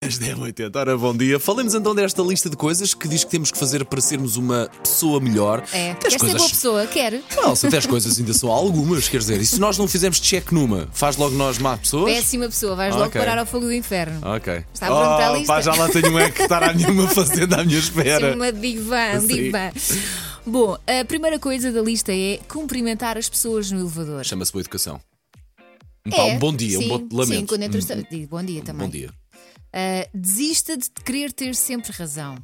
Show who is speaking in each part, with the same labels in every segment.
Speaker 1: As 10h80, ora bom dia. Falemos então desta lista de coisas que diz que temos que fazer para sermos uma pessoa melhor.
Speaker 2: É,
Speaker 1: Que as
Speaker 2: quer ser boa pessoa? Quer?
Speaker 1: Não, se até as coisas ainda são algumas, quer dizer, e se nós não fizermos check numa, faz logo nós má pessoas?
Speaker 2: Péssima pessoa, vais
Speaker 1: Ah,
Speaker 2: logo
Speaker 1: ok.
Speaker 2: parar ao fogo do inferno.
Speaker 1: Ok.
Speaker 2: Está pronto para a lista?
Speaker 1: Pá, já lá tenho um é que estar à minha fazenda à minha
Speaker 2: Sim,
Speaker 1: espera.
Speaker 2: Uma Big Bang,
Speaker 1: Sim.
Speaker 2: Big Bang. Bom, a primeira coisa da lista é cumprimentar as pessoas no elevador.
Speaker 1: Chama-se boa educação. Pá,
Speaker 2: É,
Speaker 1: um bom dia,
Speaker 2: sim,
Speaker 1: um bom lamento.
Speaker 2: Sim, quando entras. digo Bom dia
Speaker 1: um
Speaker 2: também.
Speaker 1: bom dia.
Speaker 2: Ah, desista de querer ter sempre razão.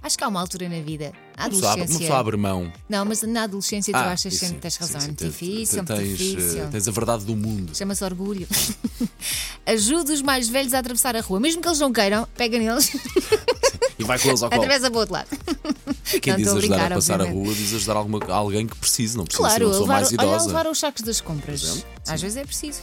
Speaker 2: Acho que há uma altura na vida. A
Speaker 1: Não sabe,
Speaker 2: adolescência.
Speaker 1: não sabe, irmão.
Speaker 2: Não, mas na adolescência tu achas
Speaker 1: isso Ah,
Speaker 2: sempre
Speaker 1: sim,
Speaker 2: que tens
Speaker 1: sim,
Speaker 2: razão.
Speaker 1: sim,
Speaker 2: é muito
Speaker 1: tens-
Speaker 2: difícil, é muito
Speaker 1: tens, eh,
Speaker 2: difícil.
Speaker 1: Tens a verdade do mundo.
Speaker 2: Chama-se orgulho. Ajuda os mais velhos a atravessar a rua. Mesmo que eles não queiram, pega neles,
Speaker 1: E vai com eles ao colo.
Speaker 2: atravessa para o outro lado.
Speaker 1: Quem
Speaker 2: Não,
Speaker 1: é diz
Speaker 2: estou
Speaker 1: ajudar
Speaker 2: a
Speaker 1: a
Speaker 2: brincar,
Speaker 1: passar
Speaker 2: obviamente.
Speaker 1: a rua, diz ajudar alguma, alguém que precise, não precisa ser
Speaker 2: Claro,
Speaker 1: uma pessoa
Speaker 2: levar,
Speaker 1: mais
Speaker 2: olha,
Speaker 1: idosa.
Speaker 2: levar aos sacos das compras.
Speaker 1: exemplo,
Speaker 2: Às vezes é preciso.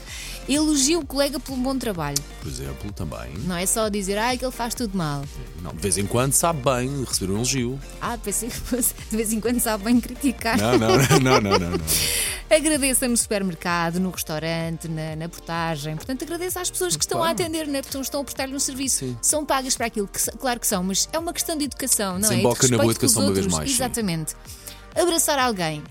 Speaker 2: Elogia o colega pelo bom trabalho.
Speaker 1: Por exemplo, também.
Speaker 2: Não é só dizer, ah, que ele faz tudo mal.
Speaker 1: Não, de vez em quando sabe bem receber um elogio.
Speaker 2: Ah, pensei que fosse. De vez em quando sabe bem criticar.
Speaker 1: Não, não, não, não, não. não.
Speaker 2: Agradeça no supermercado, no restaurante, na, na portagem. Portanto, agradeça às pessoas que estão a atender, né? Porque estão a prestar-lhe um serviço.
Speaker 1: Sim.
Speaker 2: São pagas para aquilo, que, se- claro que são, mas é uma questão de educação, não é? E de
Speaker 1: Desemboca na boa
Speaker 2: respeito com
Speaker 1: educação
Speaker 2: os
Speaker 1: uma vez
Speaker 2: outros.
Speaker 1: mais, sim.
Speaker 2: Exatamente. Abraçar alguém.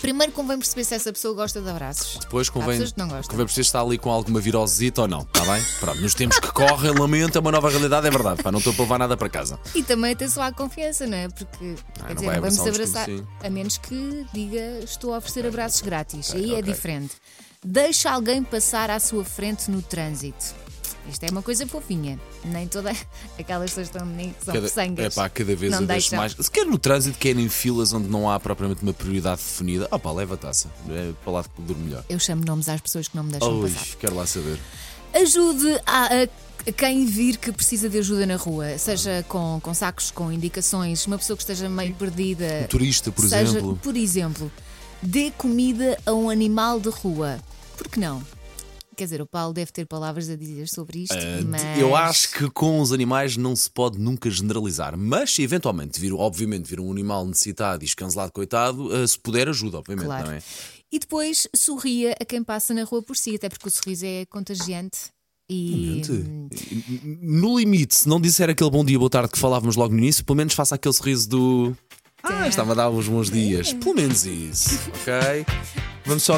Speaker 2: Primeiro convém perceber se essa pessoa gosta de abraços.
Speaker 1: Depois
Speaker 2: Há
Speaker 1: convém,
Speaker 2: pessoas que não gostam.
Speaker 1: convém perceber se está ali com alguma virosita ou não, está bem? Pronto, nos tempos que correm, lamento, é uma nova realidade, é verdade. Pá, não estou a levar nada para casa.
Speaker 2: E também atenção à confiança, não é? Porque quer
Speaker 1: Ah, não
Speaker 2: dizer,
Speaker 1: vai
Speaker 2: não vamos
Speaker 1: abraçar
Speaker 2: abraçar,
Speaker 1: um
Speaker 2: a menos que diga estou a oferecer abraços grátis. Aí é
Speaker 1: ok.
Speaker 2: diferente. Deixa alguém passar à sua frente no trânsito. Isto é uma coisa fofinha. Nem toda aquelas pessoas tão bonitas que são
Speaker 1: Cada,
Speaker 2: sangas.
Speaker 1: é pá, cada vez
Speaker 2: não
Speaker 1: eu deixo
Speaker 2: deixam.
Speaker 1: mais. Se quer no trânsito, quer em filas onde não há propriamente uma prioridade definida, ah pá, leva a taça. É para lá que durmo melhor.
Speaker 2: Eu chamo nomes às pessoas que não me deixam
Speaker 1: Ui,
Speaker 2: passar.
Speaker 1: quero lá saber.
Speaker 2: Ajude a, a quem vir que precisa de ajuda na rua, seja com, com sacos, com indicações, uma pessoa que esteja meio perdida.
Speaker 1: Turista, por
Speaker 2: Seja,
Speaker 1: exemplo.
Speaker 2: Por exemplo, dê comida a um animal de rua. Por que não? Quer dizer, o Paulo deve ter palavras a dizer sobre isto, mas.
Speaker 1: Ah, Eh, Eu acho que com os animais não se pode nunca generalizar, mas se eventualmente vir, obviamente, vir um animal necessitado e escancelado, coitado, eh, se puder, ajuda, obviamente,
Speaker 2: Claro.
Speaker 1: não é?
Speaker 2: E depois sorria a quem passa na rua por si, até porque o sorriso é contagiante. E.
Speaker 1: Eh, No limite, se não disser aquele bom dia, boa tarde que falávamos logo no início, pelo menos faça aquele sorriso Ah, do. Ah, estava a dar uns bons dias. Pelo menos isso, ok? Vamos só.